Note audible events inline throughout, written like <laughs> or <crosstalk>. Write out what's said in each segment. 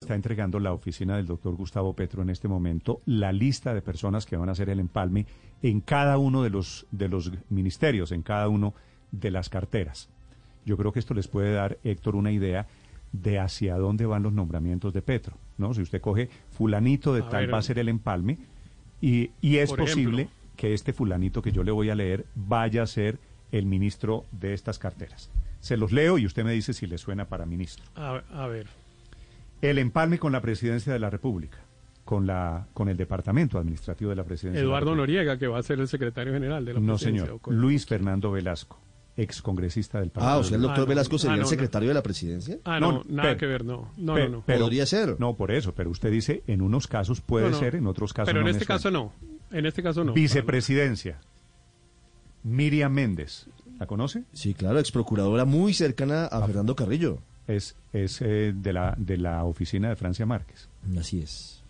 está entregando la oficina del doctor Gustavo Petro en este momento la lista de personas que van a hacer el empalme en cada uno de los, de los ministerios, en cada uno de las carteras. Yo creo que esto les puede dar, Héctor, una idea de hacia dónde van los nombramientos de Petro. ¿no? Si usted coge fulanito de A tal ver, va a ser el empalme y, y es por posible ejemplo. que este fulanito que yo le voy a leer vaya a ser el ministro de estas carteras. Se los leo y usted me dice si le suena para ministro. A, a ver, El empalme con la presidencia de la República, con, la, con el departamento administrativo de la presidencia. de la Eduardo República. Noriega, que va a ser el secretario general de la No, presidencia, señor. ¿o cómo? Luis Fernando Velasco, excongresista del Ah, o sea, el Ah, doctor no, Velasco ah, no, sería el no. secretario de la presidencia. Ah, no, No, nada pero- que ver, no. No, Pe- no, no. pero- Podría ser. No, por eso, pero usted dice, en unos casos puede No, no. ser, en otros casos no Pero en me este suena. caso no. En este caso no. Vicepresidencia. Miriam Méndez. ¿La conoce? Sí, claro, ex procuradora muy cercana Ah. a Fernando Carrillo. Es, es eh, de, la, de la oficina de Francia Márquez. Así es.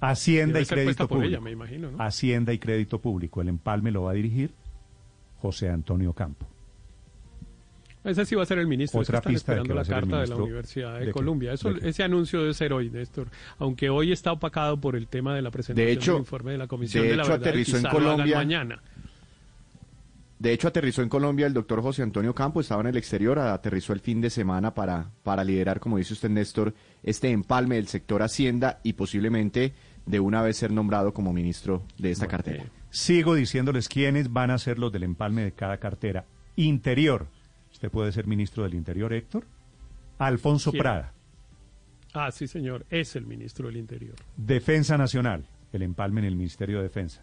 Hacienda Debe y ser puesta Crédito por Público. Ah, ella, me imagino, ¿no? Hacienda y Crédito Público. El empalme lo va a dirigir José Antonio Campo. Ese sí va a ser el ministro. es que Otra están pista de que va esperando la a ser el carta de la ministro Universidad de, de que- Colombia. Eso, de que- Ese anuncio debe ser hoy, Néstor. Aunque hoy está opacado por el tema de la presentación De hecho- del informe de la Comisión de la hecho, Verdad, y aterrizó en quizá lo hagan Colombia. mañana. De hecho, aterrizó en Colombia el doctor José Antonio Campo, estaba en el exterior, aterrizó el fin de semana para, para liderar, como dice usted, Néstor, este empalme del sector Hacienda y posiblemente de una vez ser nombrado como ministro de esta cartera. Eh, Sigo diciéndoles quiénes van a ser los del empalme de cada cartera. Interior. Usted puede ser ministro del Interior, Héctor. Alfonso ¿Quién? Prada. Ah, sí, señor. Es el ministro del Interior. Defensa Nacional, el empalme en el Ministerio de Defensa.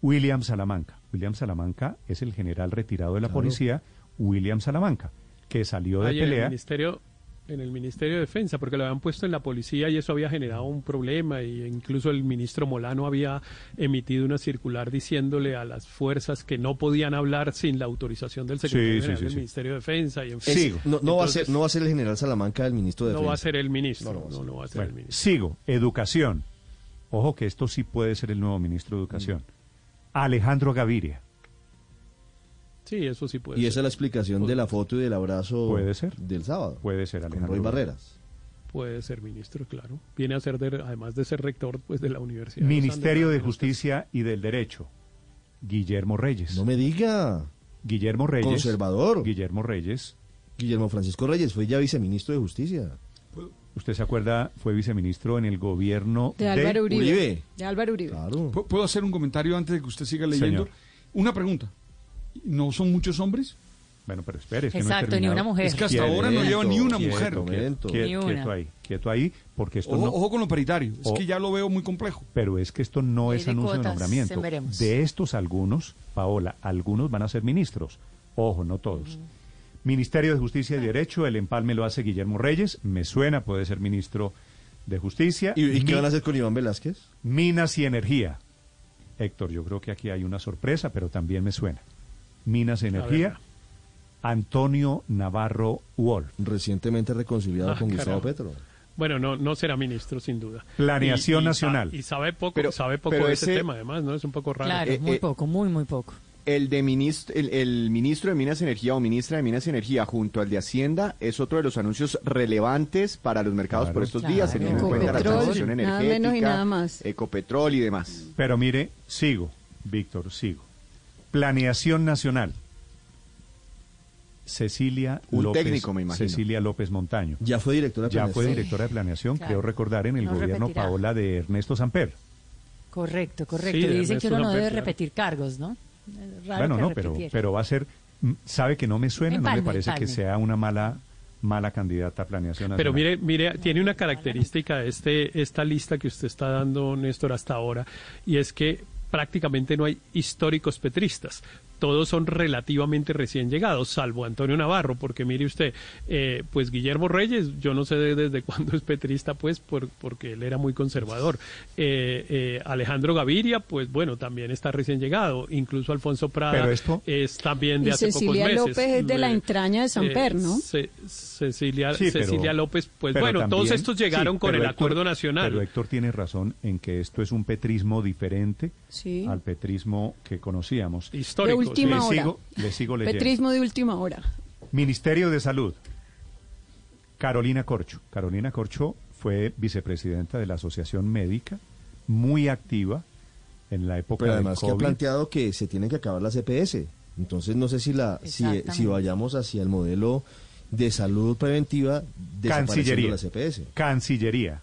William Salamanca. William Salamanca es el general retirado de la policía, William Salamanca, que salió de Ahí en el pelea. ministerio en el Ministerio de Defensa, porque lo habían puesto en la policía y eso había generado un problema y incluso el ministro Molano había emitido una circular diciéndole a las fuerzas que no podían hablar sin la autorización del Sí, secretario sí, general sí, del sí. Ministerio de Defensa y en fin. Es- Sigo. No, no va a ser, Entonces, no va a ser el general Salamanca el ministro de no Defensa. va a ser el ministro, No lo va a no, ser. no va a ser Bueno, el ministro. sigo, Educación. Ojo que esto sí puede ser el nuevo ministro de Educación. Mm. Alejandro Gaviria. Sí, eso sí puede Y ser. esa es la explicación de la foto y del abrazo Puede ser. del sábado. Puede ser Con Alejandro Roy Gaviria. Barreras. Puede ser ministro, claro. Viene a ser, de- además de ser rector, pues de la Universidad. de los Ministerio de Andes, Justicia y del Derecho. Guillermo Reyes. No me diga. Guillermo Reyes. Conservador. Guillermo Reyes. Guillermo Francisco Reyes fue ya viceministro de Justicia. Usted se acuerda, fue viceministro en el gobierno De Álvaro Uribe. Uribe. Ah, De Álvaro Uribe. Claro. ¿Pu- ¿Puedo hacer un comentario antes de que usted siga leyendo? Señor. Una pregunta. ¿No son muchos hombres? Bueno, pero espere, es que no he Exacto, ni terminado. una mujer. Es que hasta Quieto, ahora no lleva ni una quieto, mujer. quieto. este Momento. Quie- Ni una. quieto ahí, quieto ahí, porque esto Ojo, no, ojo con lo paritario. Es O- que ya lo veo muy complejo. pero es que esto no Ley es de anuncio de cuotas, nombramiento. en veremos. De estos algunos, Paola, algunos van a ser ministros. Ojo, no todos. Ministerio de Justicia y Derecho, el empalme lo hace Guillermo Reyes, me suena, puede ser ministro de Justicia. ¿Y, y qué Mi- van a hacer con Iván Velázquez? Minas y Energía. Héctor, yo creo que aquí hay una sorpresa, pero también me suena. Minas y ver. Energía, Antonio Navarro Wolf. Recientemente reconciliado Ah, con Gustavo carajo. Petro. Bueno, no, no será ministro, sin duda. Planeación Y- y sa- Nacional. Y sabe poco, Pero- sabe poco pero de ese, ese- tema, además, ¿no? Es un poco raro. Claro, Eh, muy eh, poco, muy, muy poco. El, de ministro, el, el ministro de Minas y Energía o ministra de Minas y Energía junto al de Hacienda es otro de los anuncios relevantes para los mercados Claro. por estos Claro. días, teniendo en cuenta la Ecopetrol, transición nada energética, menos y nada más. Ecopetrol y demás. Pero mire, sigo, Víctor, sigo. Planeación Nacional. Cecilia Un López, técnico, me imagino. Cecilia López Montaño. Ya fue directora de Ya fue planeación. directora de planeación, Claro. creo recordar, en el No gobierno repetirá. Paola de Ernesto Samper. Correcto, correcto. Sí, Y dicen Ernesto que uno no Samper, debe claro. repetir cargos, ¿no? Es Raro bueno, que no, pero, repitiera. pero va a ser, m- sabe que no me suena, no Empalme, me parece que empalme. sea una mala, mala candidata a planeación. Pero nacional. mire, mire, tiene una característica este, esta lista que usted está dando, Néstor, hasta ahora, y es que prácticamente no hay históricos petristas. Todos son relativamente recién llegados, salvo Antonio Navarro, porque mire usted, eh, pues Guillermo Reyes, yo no sé de- desde <laughs> cuándo es petrista, pues, por- porque él era muy conservador. Eh, eh, Alejandro Gaviria, pues bueno, también está recién llegado. Incluso Alfonso Prada Pero esto- es también de Y hace Cecilia pocos meses. López es de la Le- eh, entraña de Samper, ¿no? Ce- Cecilia, Sí, pero- Cecilia López, pues pero bueno, todos también- estos llegaron sí, con pero el Héctor- acuerdo nacional. Pero Héctor tiene razón en que esto es un petrismo diferente Sí. al petrismo que conocíamos. De histórico. última Le hora. sigo- le sigo leyendo. Petrismo de última hora. Ministerio de Salud. Carolina Corcho. Carolina Corcho fue vicepresidenta de la Asociación Médica, muy activa en la época Pero del además que ha COVID. planteado que se tienen que acabar las EPS. Entonces no sé si la si, Exactamente. si vayamos hacia el modelo de salud preventiva desapareciendo Cancillería. las EPS. Cancillería.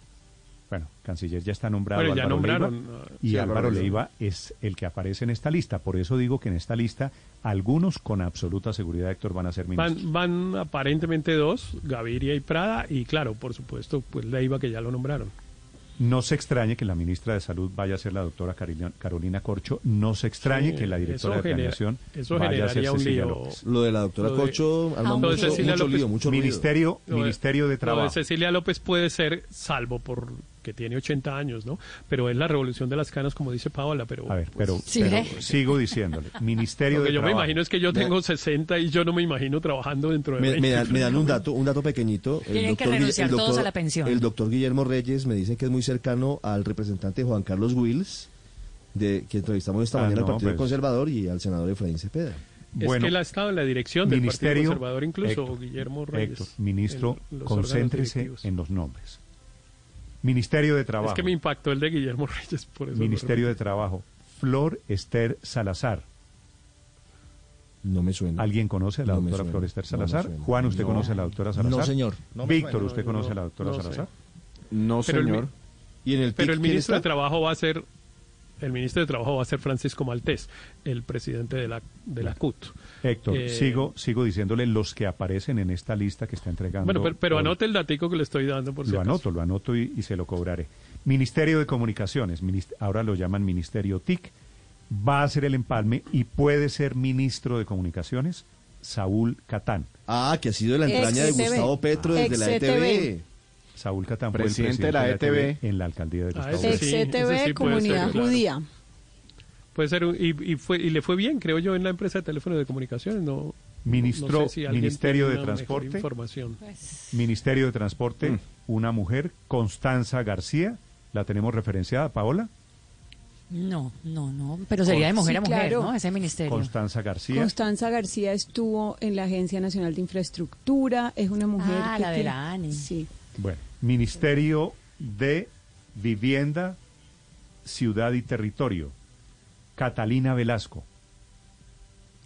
Bueno, Canciller ya está nombrado. Bueno, ya Álvaro nombraron, Leiva, eh, y sí, Álvaro Álvaro Leiva es el que aparece en esta lista. Por eso digo que en esta lista algunos con absoluta seguridad, Héctor, van a ser ministros. Van, van aparentemente dos, Gaviria y Prada, y claro, por supuesto, pues Leiva que ya lo nombraron. No se extrañe que la ministra de Salud vaya a ser la doctora Carolina, Carolina Corcho. No se extrañe Sí, que la directora de eso genera- planeación eso vaya a ser generaría un Cecilia lío. López. Lo de la doctora Lo de- Corcho arma Aunque- mucho, Cecilia mucho López, lío, mucho ruido. Ministerio, Lo de- Ministerio de lo Trabajo. Cecilia López puede ser, salvo por que tiene 80 años, ¿no? Pero es la revolución de las canas, como dice Paola, pero... A ver, pues, pero, Sí, pero ¿eh? sigo diciéndole. Ministerio Lo que de yo me Trabajo. imagino es que yo tengo 60 y yo no me imagino trabajando dentro de Me, 20. me dan, me dan un dato, un dato pequeñito. El Tienen que Guille- renunciar el todos a la pensión. El doctor Guillermo Reyes me dice que es muy cercano al representante Juan Carlos Wills, de, que entrevistamos esta Ah, mañana no, al Partido pues. Conservador y al senador Efraín Cepeda. Es Bueno, que él ha estado en la dirección del Partido Conservador, incluso Héctor, Guillermo Reyes. Héctor, ministro, en los órganos concéntrese directivos. en los nombres. Ministerio de Trabajo. Es que me impactó el de Guillermo <laughs> Reyes, por eso. lo Ministerio de Trabajo. Flor Esther Salazar. No me suena. ¿Alguien conoce a la No me doctora suena, Flor Esther no me Salazar? suena. Juan, ¿usted No. conoce a la doctora Salazar? No, señor, no me Víctor, suena. ¿usted No, conoce a la no, doctora no sé. Salazar? No, Pero el señor. mi- ¿Y en el Pero TIC el quién ministro de está? Trabajo va a ser el ministro de Trabajo va a ser Francisco Maltés, el presidente de la de la CUT. Héctor, Eh, sigo, sigo diciéndole los que aparecen en esta lista que está entregando. Bueno, pero, pero hoy. anote el datico que le estoy dando por si Lo acaso. anoto, lo anoto y, y se lo cobraré. Ministerio de Comunicaciones, minist- ahora lo llaman Ministerio TIC, va a ser el empalme y puede ser ministro de Comunicaciones Saúl Catán. Ah, que ha sido la entraña de Ex ETV. Gustavo Petro desde la E ETV. Ex-ETV. Saúl Catán fue el Presidente de la E ETV. en la alcaldía de Ah, Gustavo. ese Petro. sí, ese ExCTV, sí puede ser, E comunidad claro. judía. Puede ser un- y, y fue y le fue bien, creo yo, en la empresa de teléfono de comunicaciones. No. Ministro- no sé si alguien Ministerio tiene de una mejor Transporte. Información. Ministerio de Transporte, Mm. una mujer, Constanza García, la tenemos referenciada, Paola. No, no, no. Pero sería de Con- mujer Sí, a mujer, claro. ¿no? Ese ministerio. Constanza García. Constanza García estuvo en la Agencia Nacional de Infraestructura, es una mujer Ah, que la de tiene- la ANI. Sí. Bueno, Ministerio de Vivienda, Ciudad y Territorio, Catalina Velasco.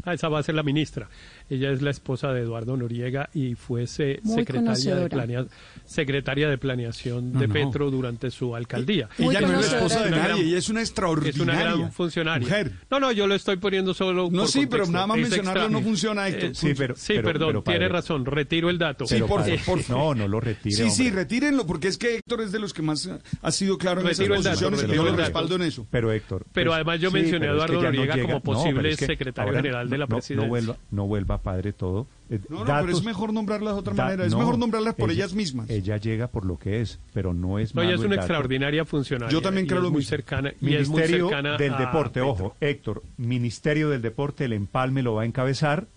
Ah, esa va a ser la ministra. Ella es la esposa de Eduardo Noriega y fue se- Muy secretaria, de conocedora. planea- secretaria de planeación de No, no. Petro durante su alcaldía. Muy ella no es conocedora. la esposa de Una gran- nadie, ella es una extraordinaria. es una gran funcionaria. Mujer. No, no, yo lo estoy poniendo solo. No, por sí, pero contexto. nada más Es mencionarlo extra- no funciona, Héctor. sí, pero- sí, perdón, pero padre. tiene razón, retiro el dato. eh, Sí, Pero por padre, favor. No, no lo retire. Sí, sí, hombre. retírenlo, porque es que Héctor es de los que más ha- ha sido claro en esas Retiro el dato, posiciones y retiro yo el lo dato. respaldo en eso. Pero Héctor. Pero además yo mencioné a pero Eduardo ya no Noriega como pero posible es secretario ahora general de la no- no- presidencia. No vuelva, no vuelva padre todo. Eh, No, no, pero datos- es mejor nombrarlas de otra da- manera. Es no, mejor nombrarlas por ellas mismas. Ella llega por lo que es, pero no es No, ella es malo una el dato. extraordinaria funcionaria. Yo también y creo es lo muy mismo. cercana y es muy Ministerio cercana del a Deporte, Petro. ojo, Héctor, Ministerio del Deporte, el empalme lo va a encabezar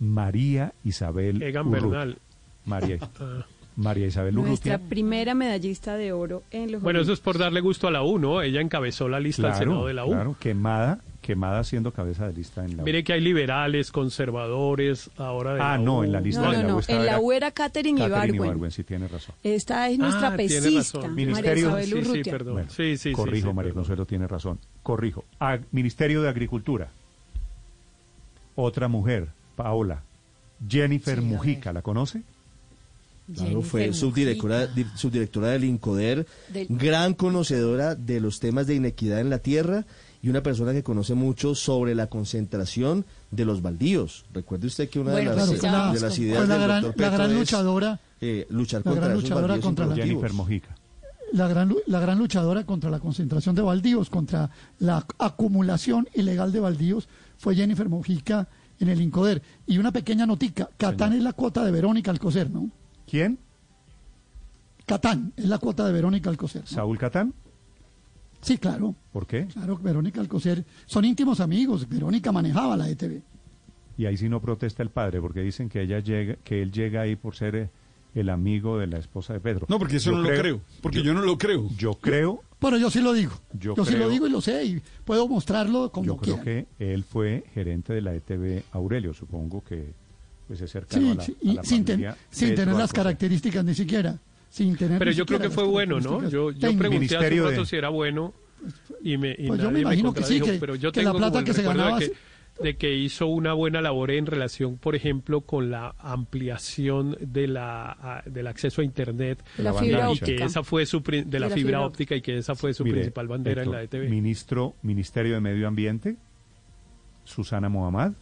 María Isabel Egan Urrutia. Bernal. María, Ah. María Isabel Nuestra Urrutia. primera medallista de oro en los Bueno, eso es Olímpicos. por darle gusto a la U, ¿no? Ella encabezó la lista del Senado Claro, de la U. claro, quemada, quemada siendo cabeza de lista en la U. Mire que hay liberales, conservadores, ahora de Ah, la no, U. en la lista No, de no, la no, U estaba en la era U era Catherine Catherine Ibargüen. Ibargüen, sí tiene razón. Esta es nuestra Ah, tiene pesista, razón. María Ministerio- Isabel Sí, sí, Urrutia. perdón. Bueno, sí, sí, corrijo, sí, María perdón. Consuelo tiene razón. Corrijo. Ag- Ministerio de Agricultura. Otra mujer, Paola. Jennifer Sí, la Mujica, ¿la conoce? Claro, Jennifer fue subdirectora, Mujica. di- subdirectora del INCODER, Del- gran conocedora de los temas de inequidad en la tierra y una persona que conoce mucho sobre la concentración de los baldíos. Recuerde usted que una Bueno, pues de, las, claro, fue la- de las fue ideas la del gran- doctor la Petro gran es, luchadora- eh, luchar la gran contra esos luchadora baldíos contra la- improductivos. Jennifer Mujica. la gran, lu- la gran luchadora contra la concentración de baldíos, contra la ac- acumulación ilegal de baldíos, fue Jennifer Mojica en el Incoder. Y una pequeña notica, Catán es la cuota de Verónica Alcocer, ¿no? ¿Quién? Catán es la cuota de Verónica Alcocer. ¿no? Saúl Catán. Sí, claro, ¿Por qué? claro, Verónica Alcocer. Son íntimos amigos, Verónica manejaba la E ETV. Y ahí sí no protesta el padre, porque dicen que ella llega, que él llega ahí por ser eh, el amigo de la esposa de Pedro. No, porque eso Yo no lo creo. Porque yo, no lo creo. Yo creo, Pero yo sí lo digo, Yo yo, sí creo- lo digo y lo sé y puedo mostrarlo como yo creo quieran. que él fue gerente de la ETV Aurelio, supongo que pues es cercano a Sí, la, sí, a y la sin, ten- familia sin Petro tener las Alcocer. características ni siquiera, sin tener Pero ni yo creo siquiera que las fue bueno, ¿no? características Yo, yo técnicas. pregunté hace Ministerio un de- rato si era bueno y me y Pues yo me nadie me imagino que sí, contradijo, que- pero yo que la tengo plata como el que se recuerdo ganaba de que, de que hizo una buena labor en relación, por ejemplo, con la ampliación de la a- del acceso a internet La La fibra banda y ancha. que óptica. esa fue su pri- de la, fibra, óptica y que esa fue su Mire, principal bandera en la E E Héctor, ETV. Ministro, Ministerio de Medio Ambiente, Susana Mohamad.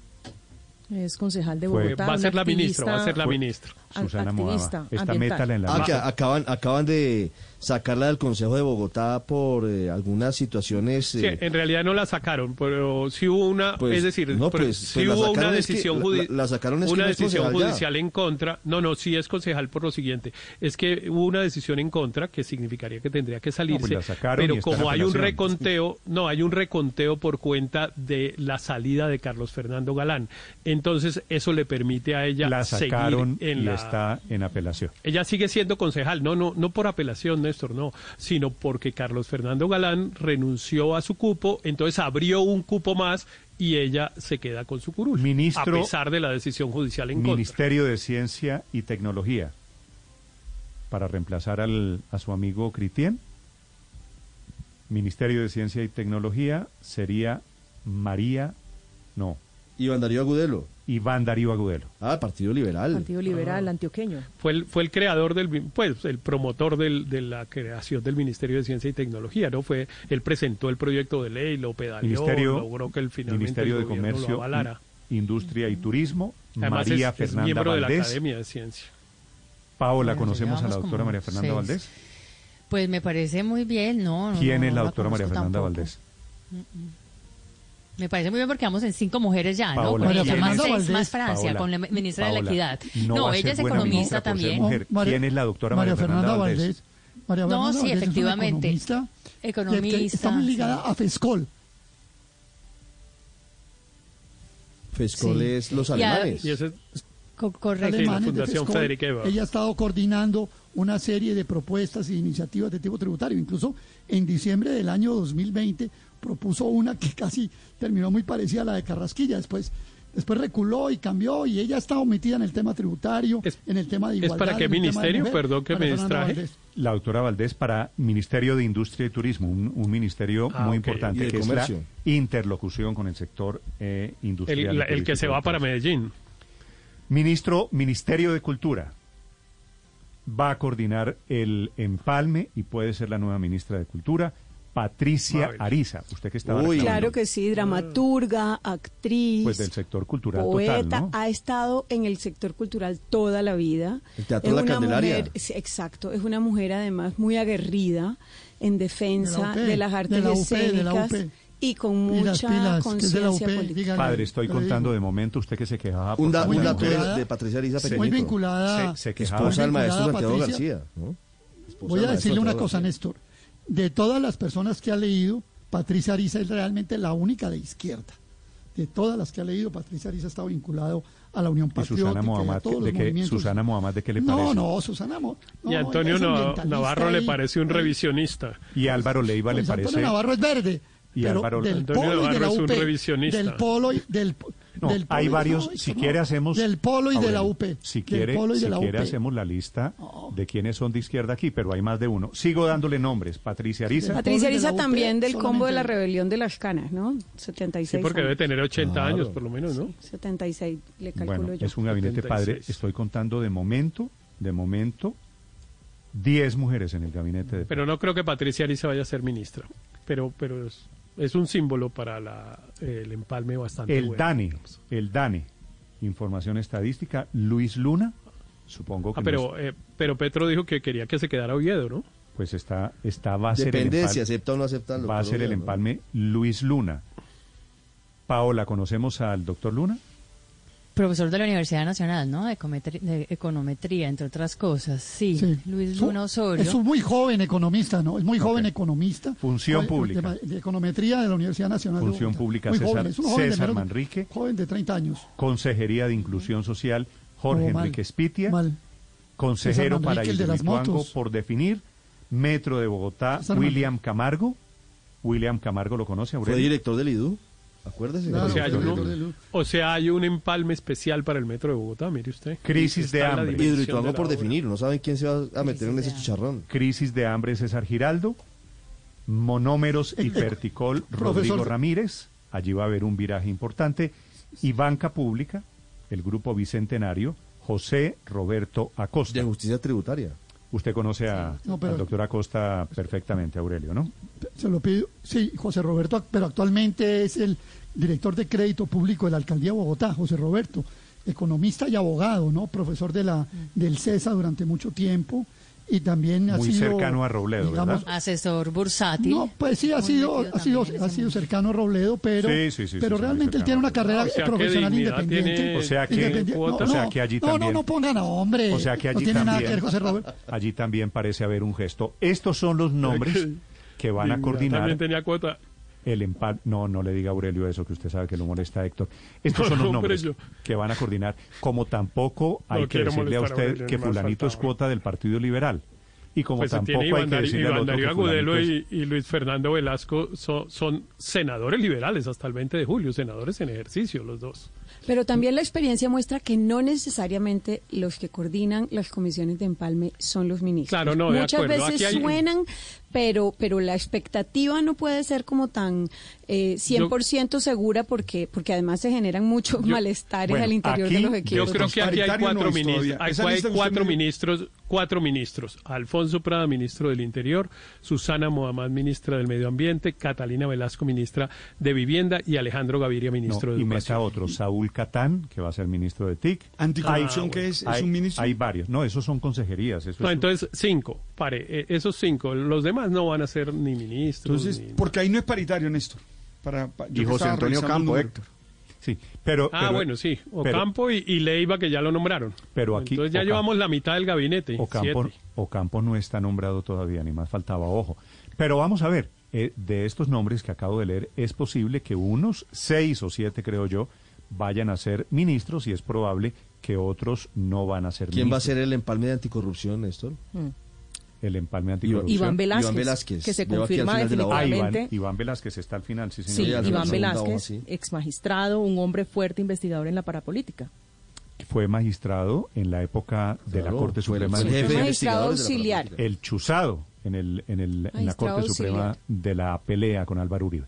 Es concejal de Fue- Bogotá. Va a un ser la ministra, va a ser la Ah, activista- ministra. a- Susana activista Mohamad. Esta ambiental. métala en la Ah, que lista. acaban, acaban de sacarla del Consejo de Bogotá por eh, algunas situaciones. Sí, eh, en realidad no la sacaron, pero sí hubo una, Pues, es decir, no, pero pues, sí pues la hubo una sacaron es que- decisión, la- judi- la- la sacaron es que una no es decisión concejal ya. judicial en contra. No, no, sí es concejal por lo siguiente, es que hubo una decisión en contra que significaría que tendría que salirse, pues la sacaron y pero está en como hay un apelación. reconteo, no, hay un reconteo por cuenta de la salida de Carlos Fernando Galán. Entonces, eso le permite a ella la seguir sacaron en y la está en apelación. ella sigue siendo concejal, no, no, no por apelación, Néstor, no, sino porque Carlos Fernando Galán renunció a su cupo, entonces abrió un cupo más y ella se queda con su curul. Ministro- a pesar de la decisión judicial en contra. Ministerio de Ciencia y Tecnología, para reemplazar al, a su amigo Critien. Ministerio de Ciencia y Tecnología sería María, no, Iván Darío Agudelo. Iván Darío Agudelo. Ah, Partido Liberal. Partido Liberal Antioqueño. Fue el, fue el creador del, pues, el promotor del- de la creación del Ministerio de Ciencia y Tecnología, ¿no? Fue, él presentó el proyecto de ley, lo pedaleó, Ministerio, logró que el finalmente Ministerio el de gobierno lo Comercio, avalara. Industria y Turismo, Además, María es, es Fernanda miembro de la Valdés. Academia de Ciencia. Paola, Bueno, ¿conocemos a la llevamos doctora como María Fernanda seis. Valdés? Pues me parece muy bien, ¿no? no, ¿Quién no, es la no doctora María conozco Fernanda tampoco. Valdés? Me parece muy bien porque vamos en cinco mujeres ya, ¿no? Paola, con ¿quién ella, más es? seis, más Paola, Francia, Paola, con la ministra de la Paola, Equidad. no No, va a ella ser es buena economista ministra por ser también. mujer. Oh, ¿Quién es la doctora María Fernanda Valdés? María No, Fernanda sí, Valdés es una efectivamente. economista, que- que está Economista, muy ligada sí. a FESCOL. Fescol Sí. es los Y a- alemanes. Y ese, Co- correcto. alemanes de Fundación Fescol. Federica Eva. Ella ha estado coordinando una serie de propuestas e iniciativas de tipo tributario. Incluso en diciembre del año 2020 propuso una que casi terminó muy parecida a la de Carrasquilla. Después, después reculó y cambió y ella está metida en el tema tributario, Es- en el tema de ¿es igualdad. para qué en el tema de ministerio? mujer. Perdón que María me Fernanda distraje. Valdés. La doctora Valdés para Ministerio de Industria y Turismo, un, un ministerio Ah, muy ok. importante Y de que comercio. es la interlocución con el sector eh, el- industrial. y la- el que se turístico va del para país. Medellín. Ministro, Ministerio de Cultura va a coordinar el empalme y puede ser la nueva ministra de Cultura, Patricia Mabel. Ariza. Usted que estaba Uy. reclamando, Claro que sí, Mm. dramaturga, actriz. pues del sector cultural poeta, total, ¿no? ha estado en el sector cultural toda la vida. El Teatro Es La una Candelaria. mujer- sí, exacto, es una mujer además muy aguerrida en defensa De de, la las UP, de artes la UP, de la escénicas UP. y con Pilas, mucha pilas, que es de la conciencia UP, política. dígale, Padre, estoy yo le contando digo. de momento usted que se quejaba. por Un, da- favor, un de la dato mujer. de, de Patricia Ariza Sí. Pequeñito. Muy vinculada. Se- se quejaba. Esposa del maestro vinculada a Santiago Patricia. García. ¿no? Pues Esposa Voy del a maestro decirle una Santiago cosa, García. Néstor. De todas las personas que ha leído, Patricia Ariza es realmente la única de izquierda. De todas las que ha leído, Patricia Ariza ha estado vinculado a la Unión Susana Patriótica. y a Mohammad, todos los ¿de qué- movimientos. Susana Mohammad, de qué le no, parece? No, Susana Mo- no, y ella Antonio es Nav- ambientalista Navarro le y- parece un revisionista. Y Álvaro Leiva le Pues Antonio parece... Navarro es verde. Y pero Álvaro- del Antonio polo y de Navarro la es un UP, revisionista. Del polo y del, No, del polo hay y- varios. no, si no. quiere hacemos Del polo y de la Aurelio, UP. Si Del quiere, polo y de si la quiere UP. hacemos la lista No. de quienes son de izquierda aquí, pero hay más de uno. Sigo dándole nombres. Patricia Ariza. Pat- Patricia Pobre de la Ariza UP, también del combo de la solamente- rebelión de las canas, ¿no? 76. Sí, porque debe años. tener 80 años por lo menos, ¿no? 76, le calculo Bueno, yo. es un gabinete 76. padre. Estoy contando de momento, de momento, 10 mujeres en el gabinete de Pero no creo que Patricia Ariza vaya a ser ministra. Pero, pero es, es un símbolo para la, el empalme bastante El bueno. DANE, el DANE, Información Estadística, Luis Luna, supongo que Ah, nos- pero, eh, pero Petro dijo que quería que se quedara Oviedo, ¿no? pues está, está va a ser el Depende de empalme- si acepta o no acepta. lo va a que ser el diga, ¿no? empalme Luis Luna. Paola, ¿conocemos al doctor Luna? Profesor de la Universidad Nacional, ¿no? De, ecometri- de econometría, entre otras cosas. Sí, Sí. Luis Su- Luna Osorio. Es un muy joven economista, ¿no? Es muy joven economista. Función Joven- pública. De, de econometría de la Universidad Nacional. de Función Bogotá. pública, Muy César- joven, es un joven de César menos de- Manrique. Joven de 30 años. Consejería de Inclusión Social, No, Jorge mal, Enrique Spitia. mal. Consejero César Manrique, para el de las Ituango motos. por definir. Metro de Bogotá, César William Camargo. William Camargo lo conoce, Fue Aurelio. director del IDU. Acuérdese. Claro, o, sea, hay Pedro uno- de Luz. o sea, hay un empalme especial para el metro de Bogotá, mire usted. Crisis de Está la hambre. dimensión Y de algo la por obra. definir, no saben quién se va a meter en ese chicharrón. Crisis de hambre César Giraldo, monómeros y Eh, eh, verticol profesor- Rodrigo Ramírez, allí va a haber un viraje importante, y Banca Pública, el Grupo Bicentenario, José Roberto Acosta. De justicia tributaria. Usted conoce a, No, pero- al doctor Acosta perfectamente, Aurelio, ¿no? Se lo pido. Sí, José Roberto, pero actualmente es el director de crédito público de la alcaldía de Bogotá, José Roberto, economista y abogado, ¿no? Profesor de Mm. la del CESA durante mucho tiempo y también ha Muy sido cercano a Robledo, digamos, ¿verdad? Asesor bursátil. No, pues sí, ha Muy sido, metido ha sido, también en ha ese sido mundo. cercano a Robledo, pero, Sí, sí, sí, pero sí, sí, realmente él cercano tiene a una Robledo. carrera O sea, ¿qué profesional dignidad independiente. tiene- O sea que- independiente. cuota? o sea que allí no, también- no, no pongan a hombre. O sea que Eh, no allí, tiene nada que ver también, José Roberto. allí también parece haber un gesto. Estos son los nombres que van a Dignidad coordinar También tenía cuota. el empalme. No, no le diga a Aurelio eso, que usted sabe que lo molesta a Héctor. Estos No, son los no, nombres hombre, que van a coordinar. Como tampoco hay que quiero decirle a molestar a usted Aurelio, que no me fulanito faltaba. es cuota del Partido Liberal. Y como Pues tampoco tiene hay Iván, que Dari- decirle al Iván otro Darío que fulanito Agudelo es- y, y Luis Fernando Velasco son, son senadores liberales hasta el 20 de julio, senadores en ejercicio los dos. Pero también la experiencia muestra que no necesariamente los que coordinan las comisiones de empalme son los ministros. Claro, no, de Muchas acuerdo, veces aquí hay- suenan, pero, pero la expectativa no puede ser como tan eh, 100% segura porque, porque además se generan muchos Yo- malestares bueno, al interior aquí de los yo equipos. Yo creo que aquí hay Paritario no cuatro, es todavía. ministros, hay Esa cua- hay lista que usted cuatro me dio. ministros, cuatro ministros. Alfonso Prada, ministro del Interior, Susana Mohamad, ministra del Medio Ambiente, Catalina Velasco, ministra de Vivienda y Alejandro Gaviria, No, ministro de y mesa Educación. otro, Saúl Catán, que va a ser ministro de TIC. Anticorrupción, Hay- que es, es hay- un ministro. Hay varios. No, esos son consejerías. Eso No, es- entonces cinco, pare, eh, esos cinco. Los demás no van a ser ni ministros. Entonces, ni- porque ahí no es paritario, Néstor. Para, pa- yo Y que José estaba Antonio revisando el Campo, número. Héctor. sí, pero, Ah, pero- bueno, sí. pero- Ocampo y, y Leiva, que ya lo nombraron. Pero aquí Entonces ya Ocampo- llevamos la mitad del gabinete. Ocampo, siete. Ocampo no está nombrado todavía, ni más faltaba, ojo. Pero vamos a ver, eh, de estos nombres que acabo de leer, es posible que unos seis o siete, creo yo, vayan a ser ministros y es probable que otros no van a ser ¿Quién va a ministros. ser el empalme de anticorrupción, Néstor? El empalme anticorrupción. Iván Velázquez, Iván Velázquez. que se Veo aquí al confirma final de la obra. Ah, Iván, definitivamente. Iván Velázquez está al final, sí, señor. Sí, Sí, Iván segunda hoja, Velázquez, sí. ex magistrado, un hombre fuerte investigador en la parapolítica. Fue magistrado en la época de la Claro, Corte fue el- Suprema de fue el jefe de Magistrado investigadores de la auxiliar. política. el chuzado en, el, en, el, en la Magistrado Corte Suprema auxiliar. de la pelea con Álvaro Uribe.